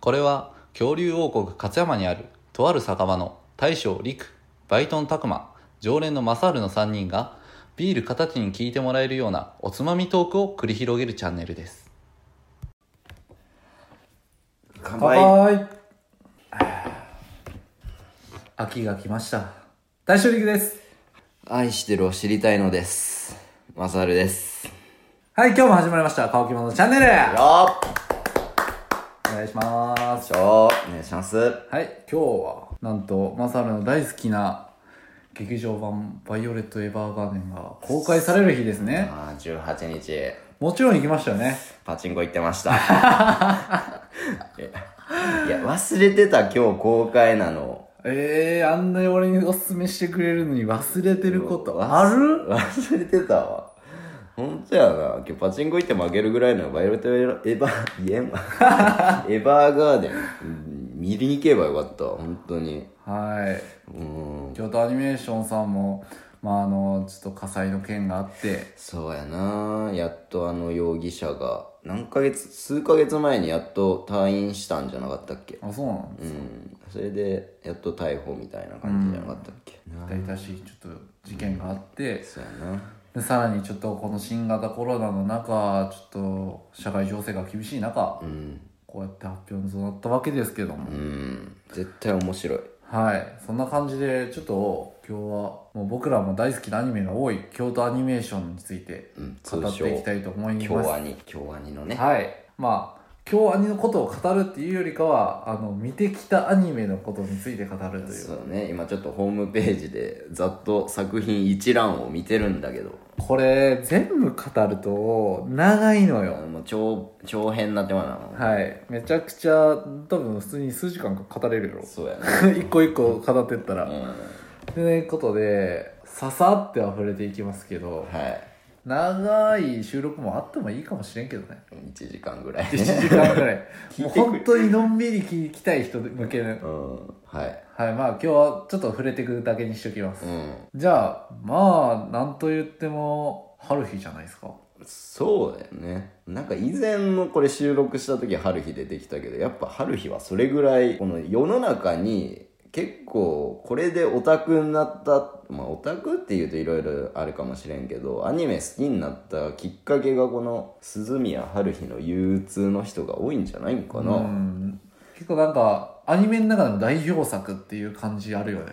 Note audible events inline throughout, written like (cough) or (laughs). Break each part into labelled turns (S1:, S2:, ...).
S1: これは恐竜王国勝山にあるとある酒場の大将陸バイトン拓磨常連のマサールの3人がビール形に聞いてもらえるようなおつまみトークを繰り広げるチャンネルです
S2: 乾
S3: はい。秋が来ました。大将陸です。
S2: 愛してるを知りたいのですマサルです
S3: はい、今日も始まりました。乾きものチャンネル。
S2: よっ
S3: お願いします。
S2: しょーお願いします
S3: はい、今日は、なんと、マサルの大好きな劇場版バイオレット・エヴァーガーデンが公開される日ですね。
S2: あー18日
S3: もちろん行きましたよね。
S2: パチンコ行ってましたいや忘れてた今日公開なの
S3: ええー、あんなに俺におすすめしてくれるのに忘れてることある
S2: 忘れてたわ本当やな今日パチンコ行って負けるぐらいのバイオレットエヴァエヴァエヴァーガーデンうん見に行けばよかった本当に
S3: はい。
S2: うん
S3: 京都アニメーションさんも、まあ、あの、ちょっと火災の件があって、
S2: そうやなやっとあの容疑者が何ヶ月数ヶ月前にやっと退院したんじゃなかったっけ
S3: あ、そうなの
S2: うんそれでやっと逮捕みたいな感じじゃなかったっけ、な
S3: 痛々しいちょっと事件があって、
S2: そうやな
S3: でさらにちょっとこの新型コロナの中ちょっと社会情勢が厳しい中、
S2: うん
S3: こうやって発表になったわけですけども、
S2: うん絶対面白い
S3: はいそんな感じでちょっと今日はもう僕らも大好きなアニメが多い京都アニメーションについて
S2: うん通
S3: 語って
S2: 称
S3: いきたいと思い
S2: 京
S3: ます
S2: アニ京アニのね
S3: はいまあ京アニのことを語るっていうよりかはあの見てきたアニメのことについて語るという
S2: そうね今ちょっとホームページでざっと作品一覧を見てるんだけど
S3: これ全部語ると長いのよ、
S2: あもう長長編になってまうな
S3: はい。めちゃくちゃ、多分普通に数時間語れるよ。
S2: そうやな、
S3: 一個一個語ってったら。
S2: うん、は
S3: ということで、ささって溢れていきますけど、
S2: い
S3: 長い収録もあってもいいかもしれんけどね。
S2: 1時間ぐらい
S3: 1時間ぐらい。 (laughs)
S2: 聞
S3: もう
S2: いてくれ
S3: 本当にのんびり聞きたい人向けの。はい。
S2: うんはい
S3: まあ今日はちょっと触れていくだけにしときます。
S2: うん
S3: じゃあ、まあ、なんと言っても、春日じゃないですか。
S2: そうだよねなんか以前のこれ収録した時春日出てきたけどやっぱ春日はそれぐらいこの世の中に結構これでオタクになったまあオタクっていうといろいろあるかもしれんけどアニメ好きになったきっかけがこの鈴宮春日の憂鬱の人が多いんじゃないんかなうん
S3: ん。結構なんか、アニメの中でも代表作っていう感じあるよね。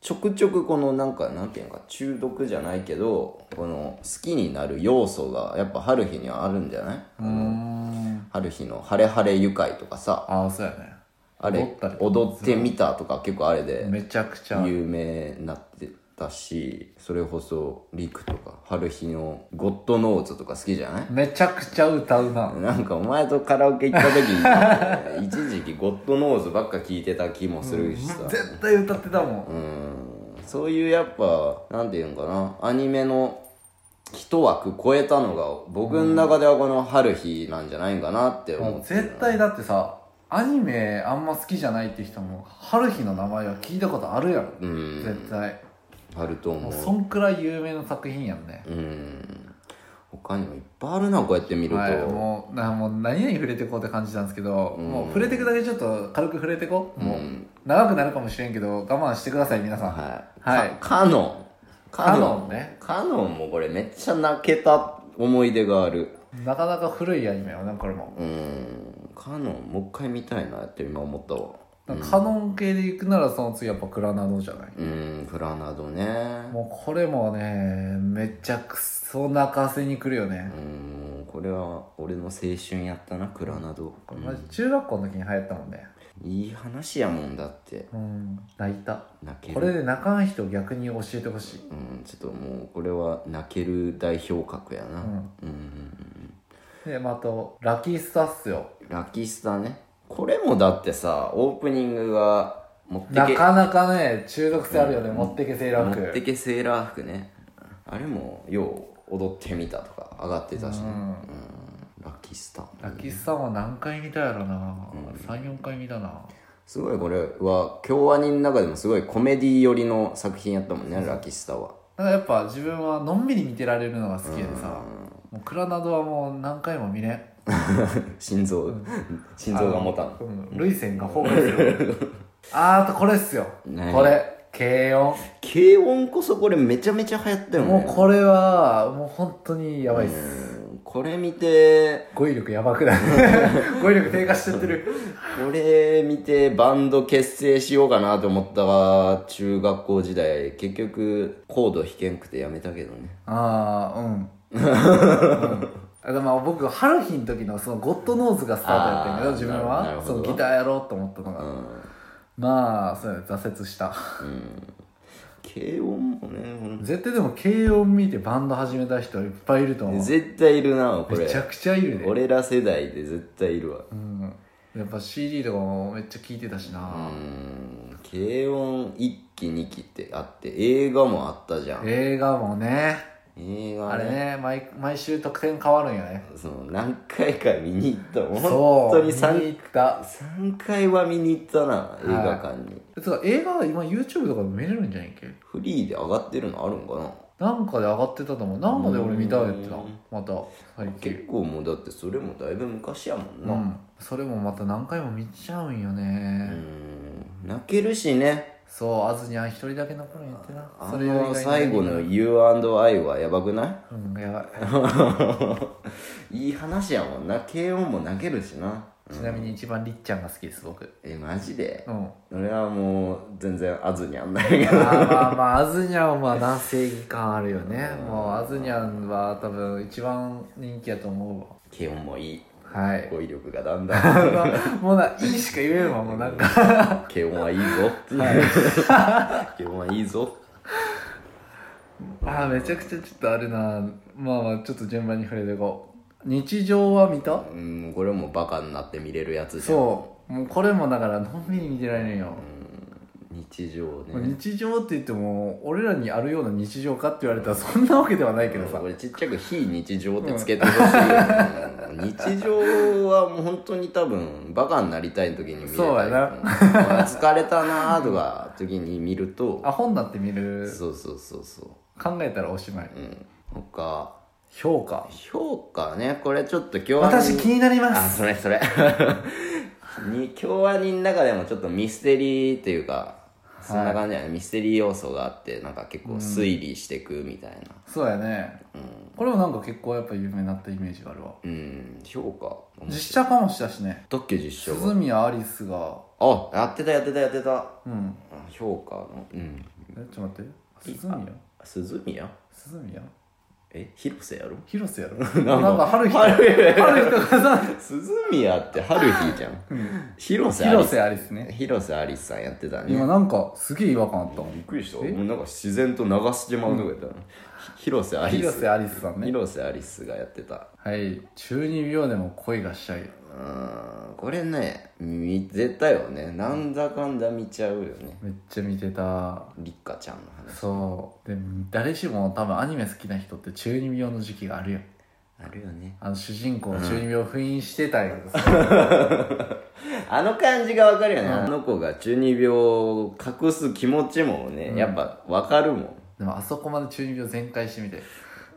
S2: ちょくちょくこのなんかなんていうのか中毒じゃないけどこの好きになる要素がやっぱ春日にはあるんじゃない、
S3: うーん。
S2: 春日の「晴れ晴れ愉快」とかさ
S3: ああ、そうやね。
S2: あ
S3: 踊
S2: れ
S3: ったりとか
S2: 踊ってみたとか結構あれで
S3: めちゃくちゃ。
S2: 有名になってたしそれこそリクとか春日の「ゴッドノーズ」とか好きじゃない
S3: めちゃくちゃ歌うな。
S2: なんかお前とカラオケ行った時
S3: (laughs)
S2: に一時期ゴッドノーズばっか聞いてた気もするしさ
S3: 絶対歌ってたもん。
S2: うんそういうやっぱなんていうんかなアニメの一枠超えたのが僕の中ではこの春日なんじゃないかなって思
S3: もう
S2: ってる
S3: 絶対だってさ、アニメあんま好きじゃないって人も、春日の名前は聞いたことあるやろ。
S2: うん
S3: 絶対。
S2: あると思
S3: も
S2: う
S3: うそんくらい有名な作品やんね。
S2: うん他にもいっぱいあるなこうやって見ると、
S3: はい、もうなもう何々触れてこうって感じなんですけど、
S2: ん
S3: もう触れてくだけちょっと軽く触れてこう、もうん長くなるかもしれんけど我慢してください皆さん、
S2: はい
S3: はい
S2: かカノン
S3: カノンね
S2: カノンもこれめっちゃ泣けた思い出がある
S3: なかなか古いアニメよねこれも、
S2: うんカノンもう一回見たいなって今思ったわ
S3: カノン系で行くならその次やっぱグラナドじゃない
S2: うんグラナドね
S3: もうこれもねめちゃくそ泣かせに来るよね
S2: う、んこれは俺の青春やったなグラナド、
S3: まじ中学校の時に流行ったもんね
S2: いい話やもんだって
S3: うん泣いた
S2: 泣ける
S3: これで泣かん人逆に教えてほしい
S2: うんちょっともうこれは泣ける代表格やな、
S3: ん
S2: うんうんうん
S3: でまああとラキスタっすよ
S2: ラキスタねこれもだってさオープニングが持って
S3: な
S2: け
S3: かなかね中毒性あるよね、持ってけセーラー服
S2: 持ってけセーラー服ねあれもよう踊ってみたとか上がってたしね、
S3: う
S2: うんんラキスタ
S3: ラキスタは何回見たやろな、34回見たな
S2: すごいこれは京アニの中でもすごいコメディ寄りの作品やったもんねラキスタは
S3: なんかやっぱ自分はのんびり見てられるのが好きでさ、もうクラナドはもう何回も見れん
S2: 心臓、心臓が持た
S3: あの
S2: ん。
S3: うん涙腺が崩壊する
S2: (laughs)
S3: あーあとこれっすよ
S2: 何
S3: これ軽音
S2: 軽音こそこれめちゃめちゃ流行ったよね。
S3: もうこれはもう本当にやばいっす
S2: うんこれ見て、
S3: 語彙力やばくない (laughs) 語彙力低下しちゃってる
S2: これ見てバンド結成しようかなと思ったが、中学校時代、結局コード弾けんくてやめたけどね。
S3: ああうん、
S2: (laughs)
S3: うん、あでも僕ハルヒの時のそのゴッドノーズがスタートやったんやけど
S2: あー
S3: 自分
S2: なる
S3: は
S2: ほ
S3: そ
S2: ど
S3: のギターやろうと思ったのが、まあそうやね挫折した
S2: 軽音もね、ほん
S3: 絶対でも軽音見てバンド始めた人いっぱいいると思う
S2: 絶対いるな、こ
S3: めちゃ
S2: れ。
S3: くちゃいるね
S2: 俺ら世代で絶対いるわ。
S3: うん、やっぱ CD とかもめっちゃ聴いてたしな、
S2: うん軽音1期2期ってあって映画もあったじゃん
S3: 映画もね
S2: 映画
S3: あれね毎毎週得点変わるんよね
S2: その何回か見に行ったもん
S3: そう
S2: 本当に
S3: 見に
S2: 3,
S3: 行った
S2: 3回は見に行ったな映画館に、
S3: つうか映画は今 YouTube とかで見れるんじゃないっけ
S2: フリーで上がってるのあるんかな
S3: なんかで上がってたと思うなんかで俺見たやってな
S2: うん
S3: また最
S2: 結
S3: 近
S2: 構もうだってそれもだいぶ昔やもん
S3: う
S2: な、うん
S3: んそれもまた何回も見ちゃうんよね、
S2: 泣けるしね
S3: そうあずにゃん一人だけ残るんやってな
S2: あ
S3: それより以
S2: の
S3: 外に
S2: 最後の U&I はやばくない
S3: うんやばい
S2: いい話やもんな軽音も泣けるしな
S3: ちなみに一番りっちゃんが好きです僕
S2: えマジで
S3: うん
S2: 俺はもう全然あずにゃんだけ (laughs)
S3: あー
S2: ど
S3: まあまああずにゃんは男性義感あるよねもうあずにゃんは多分一番人気やと思
S2: 気温もいいう
S3: わはい
S2: 語彙力がだんだん
S3: (laughs)
S2: (laughs)
S3: もうないいしか言えんわもうなんか
S2: 気温はいいぞ、 (laughs) 気温はいいぞ
S3: ああめちゃくちゃちょっとあるなまあまあちょっと順番に触れていこう日常は見た
S2: うんこれもバカになって見れるやつじゃん
S3: そうもうこれもだからのんびり見てられるよ、
S2: 日常
S3: まあ
S2: ね
S3: 日常って言っても俺らにあるような日常かって言われたらそんなわけではないけどさ、
S2: これちっちゃく「非日常」ってつけてほしいよ
S3: (laughs)
S2: ね、日常はもう本当に多分バカになりたい時に見れたり
S3: そうやな
S2: うん疲れたなーとか時に見ると
S3: アホになって見る
S2: そうそうそうそ
S3: 考えたらおしまい、
S2: ううん他
S3: 評価
S2: 評価ねこれちょっと今日は
S3: 私気になりま
S2: あ
S3: す
S2: それそれ (laughs) に京アニの中でもちょっとミステリーっていうかそんな感じやね、ミステリー要素があってなんか結構推理してくみたいな
S3: そうやね、これもなんか結構やっぱ有名になったイメージがあるわ
S2: うん、評価
S3: 実写化もしたしね
S2: 特許実証
S3: 鈴宮アリスが
S2: あやってたやってたやってたあ
S3: うん
S2: 評価のうん
S3: えちょっと待って鈴宮
S2: 鈴宮
S3: 鈴宮
S2: え広瀬やろ
S3: 広瀬やろ (laughs) なんか春日
S2: 春日
S3: 春日とかさ
S2: 鈴宮って春日じゃん、広瀬アリ
S3: 広
S2: ス
S3: 瀬アリス
S2: (laughs)
S3: ね
S2: 広瀬アリスさんやってたね
S3: 今なんかすげえ違和感あった
S2: びっくりした
S3: え
S2: もうなんか自然と流してまうとこやったな、ひ広瀬アリス
S3: 広瀬アリスさんね
S2: 広瀬アリスがやってた
S3: はい中二病でも恋がしたいよ
S2: うーんこれね見てたよねなんだかんだ見ちゃうよね
S3: めっちゃ見てた
S2: りっかちゃんの話
S3: そうで誰しも多分アニメ好きな人って中二病の時期があるよ
S2: あるよね
S3: あの主人公の中二病封印してたんやけどさ、
S2: あの感じがわかるよね、あの子が中二病を隠す気持ちもね、やっぱわかるもん
S3: でもあそこまで中二病全開してみて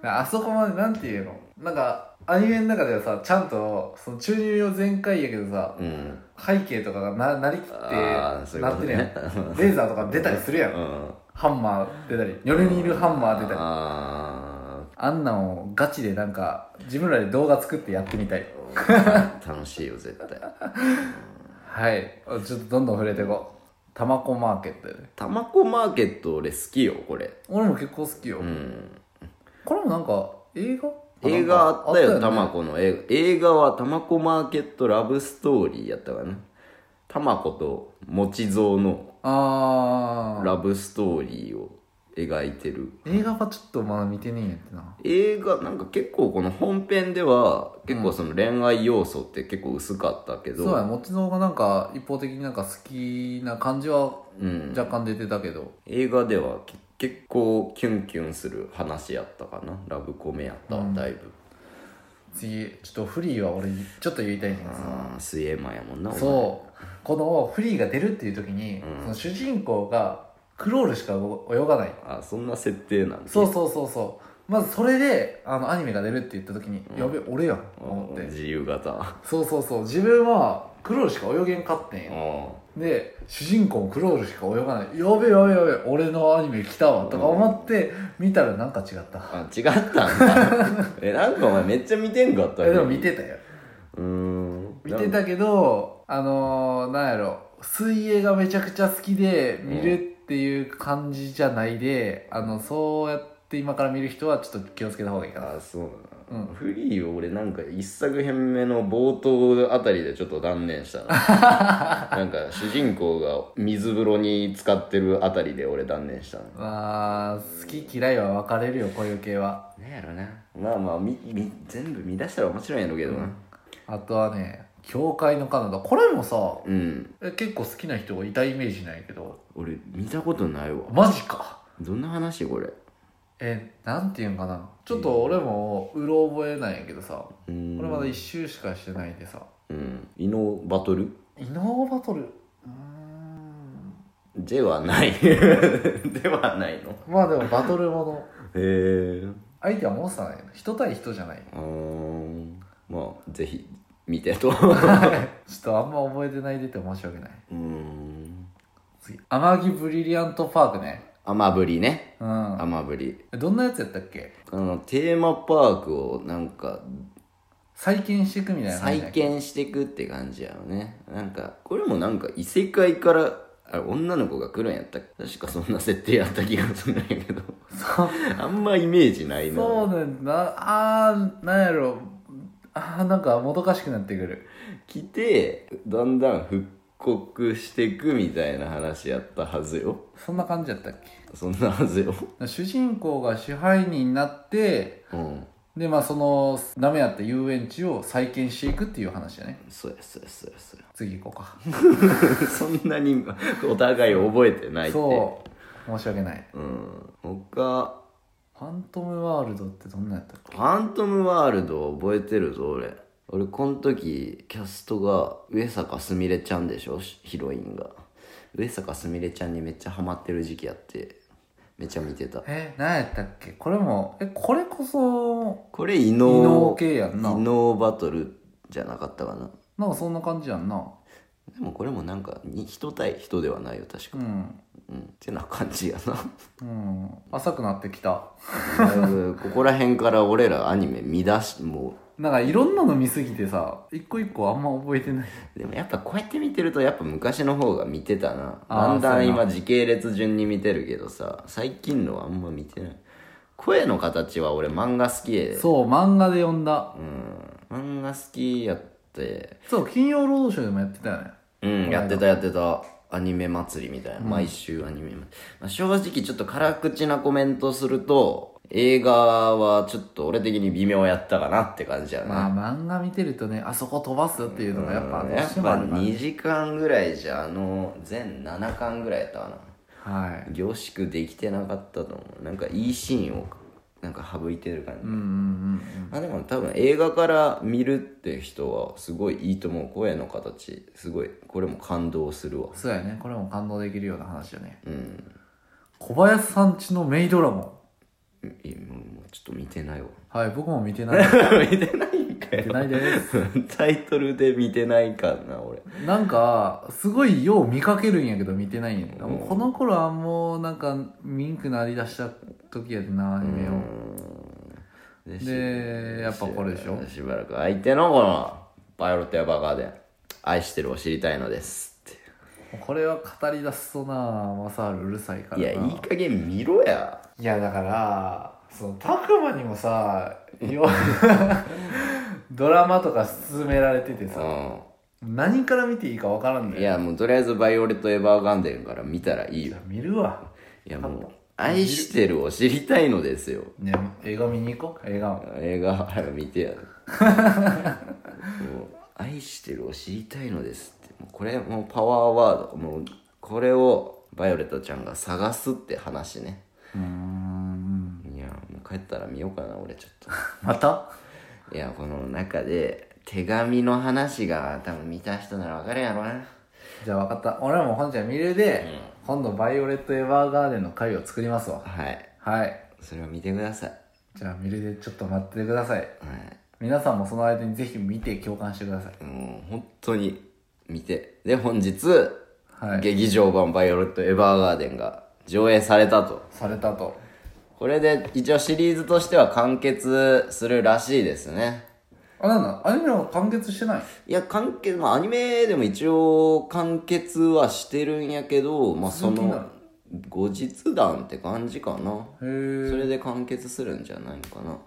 S3: あそこまでなんていうのなんかアニメの中ではさちゃんとその中二病全開やけどさ
S2: うん
S3: 背景とかがななりきって
S2: あーそういう
S3: な
S2: こ
S3: っ
S2: と
S3: てる
S2: ね
S3: やん、レーザーとか出たりするやん、
S2: (laughs) うん
S3: ハンマー出たり夜にいるハンマー出たり
S2: あ
S3: あんなんをガチでなんか自分らで動画作ってやってみたい
S2: ー楽しいよ絶対
S3: はいちょっとどんどん触れていこうタマコマーケットやね
S2: たまこマーケット俺好きよこれ
S3: 俺も結構好きよ、
S2: うん
S3: これもなんか映画
S2: 映画あった
S3: な
S2: よ、た
S3: んか
S2: まこの映画。映画はたまこマーケットラブストーリーやったかな。たまこともちぞうの
S3: ああ
S2: ラブストーリーを描いてる。
S3: 映画はちょっとまだ見てねえんやってな
S2: 映画、なんか結構この本編では、結構その恋愛要素って結構薄かったけど、
S3: そうやもちのうがなんか一方的になんか好きな感じは
S2: うん
S3: 若干出てたけど、
S2: 映画ではけ結構キュンキュンする話やったかな。ラブコメやった、だいぶ。
S3: 次ちょっとフリーは俺ちょっと言いたいんです
S2: ああ、スエマやもんな、
S3: そうこのフリーが出るっていう時に、その主人公がクロールしか動泳がない
S2: お前あーそんな設定なんだ。
S3: そうそうそうそうまずそれであのアニメが出るって言った時に、やべ俺やんと思って、
S2: 自由形
S3: そうそうそう自分はクロールしか泳げんかってんよ、で主人公もクロールしか泳がないやべやべやべ俺のアニメ来たわとか思って見たらなんか違った、
S2: あ違ったん
S3: (laughs)
S2: だえなんかお前めっちゃ見てんかった
S3: えでも見てたよ
S2: うーん
S3: 見てたけどあのー、なんやろ水泳がめちゃくちゃ好きで見るっていう感じじゃないで、あのそうやって今から見る人はちょっと気をつけた方がいいかな
S2: あそうだな、
S3: うん
S2: フリーを俺なんか一作編目の冒頭あたりでちょっと断念した (laughs) ななんか主人公が水風呂に使ってるあたりで俺断念したな
S3: まあ好き嫌いは分かれるよこういう系は
S2: なんやろなまあまあみみ全部見出したら面白いんやろうけどな
S3: あとはね「教会の彼方」これもさ
S2: うん、
S3: え結構好きな人がいたイメージないけど
S2: 俺見たことないわ
S3: マジか
S2: どんな話これ
S3: えなんていうんかなちょっと俺もうろ覚えなんやけどさ
S2: うん
S3: これまだ一周しかしてないんでさ
S2: うんイノバトル
S3: イノーバトルうーん
S2: ではない (laughs) ではないの
S3: まあでもバトルもの
S2: へえ
S3: 相手はモンスターなんやな人対人じゃない
S2: うーんまあぜひ見て (laughs) と
S3: ちょっとあんま覚えてないでて申し訳ない
S2: うん
S3: 次「天城ブリリアントパークね」
S2: 甘ぶりね
S3: うん
S2: 甘ぶり
S3: えどんなやつやったっけ
S2: あのテーマパークをなんか
S3: 再建していくみたいな感じ
S2: 再建していくって感じやろねなんかこれもなんか異世界からあれ女の子が来るんやったっけ確かそんな設定やった気がするんやけど
S3: そう
S2: あんまイメージないな
S3: そうねなあーなんやろあーなんかもどかしくなってくる
S2: 来てだんだん復刻していくみたいな話やったはずよ
S3: そんな感じやったっけ
S2: そんなはずよ
S3: 主人公が支配人になって
S2: うん
S3: でまあそのダメやった遊園地を再建していくっていう話やね
S2: そうやそうやそうやそう
S3: 次行こう
S2: や (laughs) そんなにお互い覚えてないっ
S3: か
S2: て
S3: そう申し訳ないう
S2: うん他
S3: ファントムワールドってどんなんやったっけ
S2: ファントムワールド覚えてるぞ俺俺この時キャストが上坂すみれちゃんでしょヒロインが上坂すみれちゃんにめっちゃハマってる時期やってめっちゃ見てた
S3: え何やったっけこれもえこれこそ
S2: これ異
S3: 異
S2: 能
S3: 能系やんな
S2: 異能バトルじゃなかったかな
S3: なんかそんな感じやんな
S2: でもこれもなんかに人対人ではないよ確
S3: う
S2: か
S3: ん
S2: うん、ってな感じやな (laughs)
S3: うん浅くなってきた
S2: だいぶここら辺から俺らアニメ見出しも
S3: なんかいろんなの見すぎてさ一個一個あんま覚えてないう
S2: でもやっぱこうやって見てるとやっぱ昔の方が見てたな
S3: あー
S2: だんだん
S3: そうや
S2: 今時系列順に見てるけどさ最近のはあんま見てない声の形は俺漫画好きで
S3: そう漫画で読んだ
S2: うん漫画好きやって
S3: そう金曜ロードショーでもやってたよね
S2: うん、やってたやってた。アニメ祭りみたいな。毎週アニメ祭り。まあ、正直ちょっと辛口なコメントすると、映画はちょっと俺的に微妙やったかなって感じや
S3: まあ
S2: な。
S3: 漫画見てるとねあそこ飛ばすっていうのがやっぱ
S2: うん
S3: どう
S2: や
S3: して
S2: っ
S3: も
S2: ぱ
S3: あるから
S2: 2時間ぐらいじゃ、あの、全7巻ぐらいやったかな。
S3: はい
S2: 凝縮できてなかったと思う。なんかいいシーンを、なんか省いてる感じ。
S3: うんうんうん
S2: まあでも多分映画から見るって人はすごいいいと思う声の形すごいこれも感動するわ
S3: そうやねこれも感動できるような話よね
S2: うん
S3: 小林さんちのメイドラゴン
S2: いやもうもうちょっと見てないわ
S3: はい僕 (laughs) も見てない
S2: 見てないんか
S3: 見てないです
S2: よ (laughs) タイトルで見てないかな俺
S3: なんかすごいよう見かけるんやけど見てないんやけど、もうこの頃はもうなんかミンクなりだした時やでなアニメを、
S2: で
S3: でやっぱこれでしょ
S2: しばらく相手のこのパイロットやバカで愛してるを知りたいのですって
S3: これは語り出すとなマサールうるさいから
S2: い
S3: な
S2: やいい加減見ろや
S3: いやだからそのたくまにもさよ (laughs) ドラマとか勧められてて
S2: う
S3: さ
S2: ん
S3: 何から見ていいか分からんね
S2: いやもうとりあえずバイオレット・エヴァーガンデンから見たらいいよ
S3: 見るわ
S2: いやもう愛してるを知りたいのですよ
S3: ね映画見に行こう映画も
S2: 映画早く見てやもう愛してるを知りたいのですってもうこれもうパワーワードもうこれをバイオレットちゃんが探すって話ね
S3: うーん
S2: いやもう帰ったら見ようかな俺ちょっ
S3: また
S2: といやこの中で手紙の話が多分見た人ならわかるやろな
S3: じゃあ分かった俺らも本ちゃん見るで、今度「バイオレット・エヴァーガーデン」の回を作りますわ
S2: はい
S3: はい
S2: それを見てください
S3: じゃあ見るでちょっと待っててください
S2: はい
S3: 皆さんもその間にぜひ見て共感してください
S2: もう本当に見てで本日、
S3: はい
S2: 劇場版「バイオレット・エヴァーガーデン」が上映されたと
S3: されたと
S2: これで一応シリーズとしては完結するらしいですね
S3: あなんだアニメは完結してない
S2: いや完結まあアニメでも一応完結はしてるんやけどまあそ
S3: 続きな
S2: の後日談って感じかな
S3: へ
S2: そ
S3: え
S2: れで完結するんじゃないかな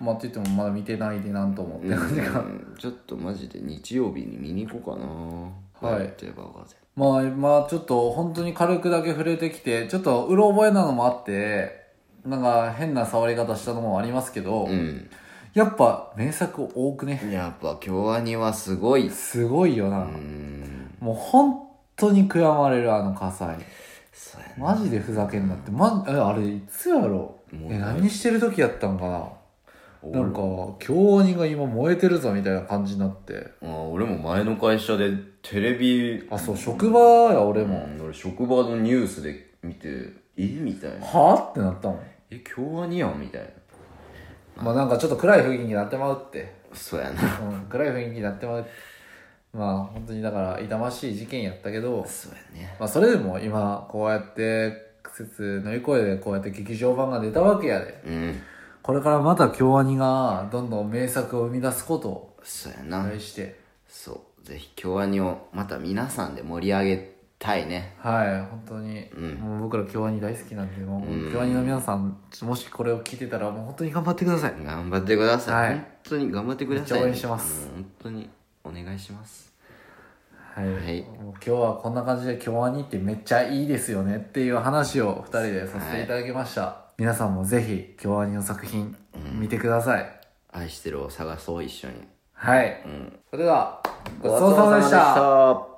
S3: まあって言ってもまだ見てないでなんともって感じが
S2: うんちょっとマジで日曜日に見に行こうかな
S3: はい
S2: バイオレット・エヴァーガーデン
S3: (laughs) まあ、まあちょっと本当に軽くだけ触れてきて、ちょっとうろ覚えなのもあって、なんか変な触り方したのもありますけど、
S2: うん
S3: やっぱ名作多くね。
S2: やっぱ京アニはすごいっす
S3: すごいよな。
S2: うん
S3: もう本当に悔やまれるあの火災。
S2: そうやな
S3: マジでふざけんなって。ま、えあれいつやろ
S2: もう
S3: え、何してる時やったんかな
S2: 俺
S3: なんか、京アニが今燃えてるぞみたいな感じになって。
S2: あー俺も前の会社でテレビ
S3: あ、そう、職場や俺
S2: う
S3: も。
S2: ん俺職場のニュースで見てえみたいな
S3: はぁってなったもん。
S2: え京アニやんみたいな
S3: まあなんかちょっと暗い雰囲気になってまうって。
S2: そうやな
S3: うん、暗い雰囲気になってまうまあ本当にだから痛ましい事件やったけど、
S2: そうやね
S3: まあ、それでも今こうやって季節乗り越えてこうやって劇場版が出たわけやで
S2: うん
S3: これからまた京アニがどんどん名作を生み出すことを
S2: そうや
S3: 期
S2: な
S3: 待して、
S2: そうぜひ京アニをまた皆さんで盛り上げたいね
S3: はい本当に、
S2: うん
S3: もう僕ら京アニ大好きなんでもう、
S2: うん
S3: 京アニの皆さんもしこれを聞いてたらもう本当に頑張ってください
S2: 頑張ってください、
S3: はい
S2: 本当に頑張ってくださ
S3: めっちゃ
S2: い、
S3: 応援します
S2: うん本当にお願いします
S3: はい、
S2: はい
S3: もう今日はこんな感じで京アニってめっちゃいいですよねっていう話を2人でさせていただきました、皆さんもぜひ京アニの作品見てください、
S2: 愛してるを探そう一緒に
S3: はい、それではご
S2: ご
S3: ちそうさまでした
S2: た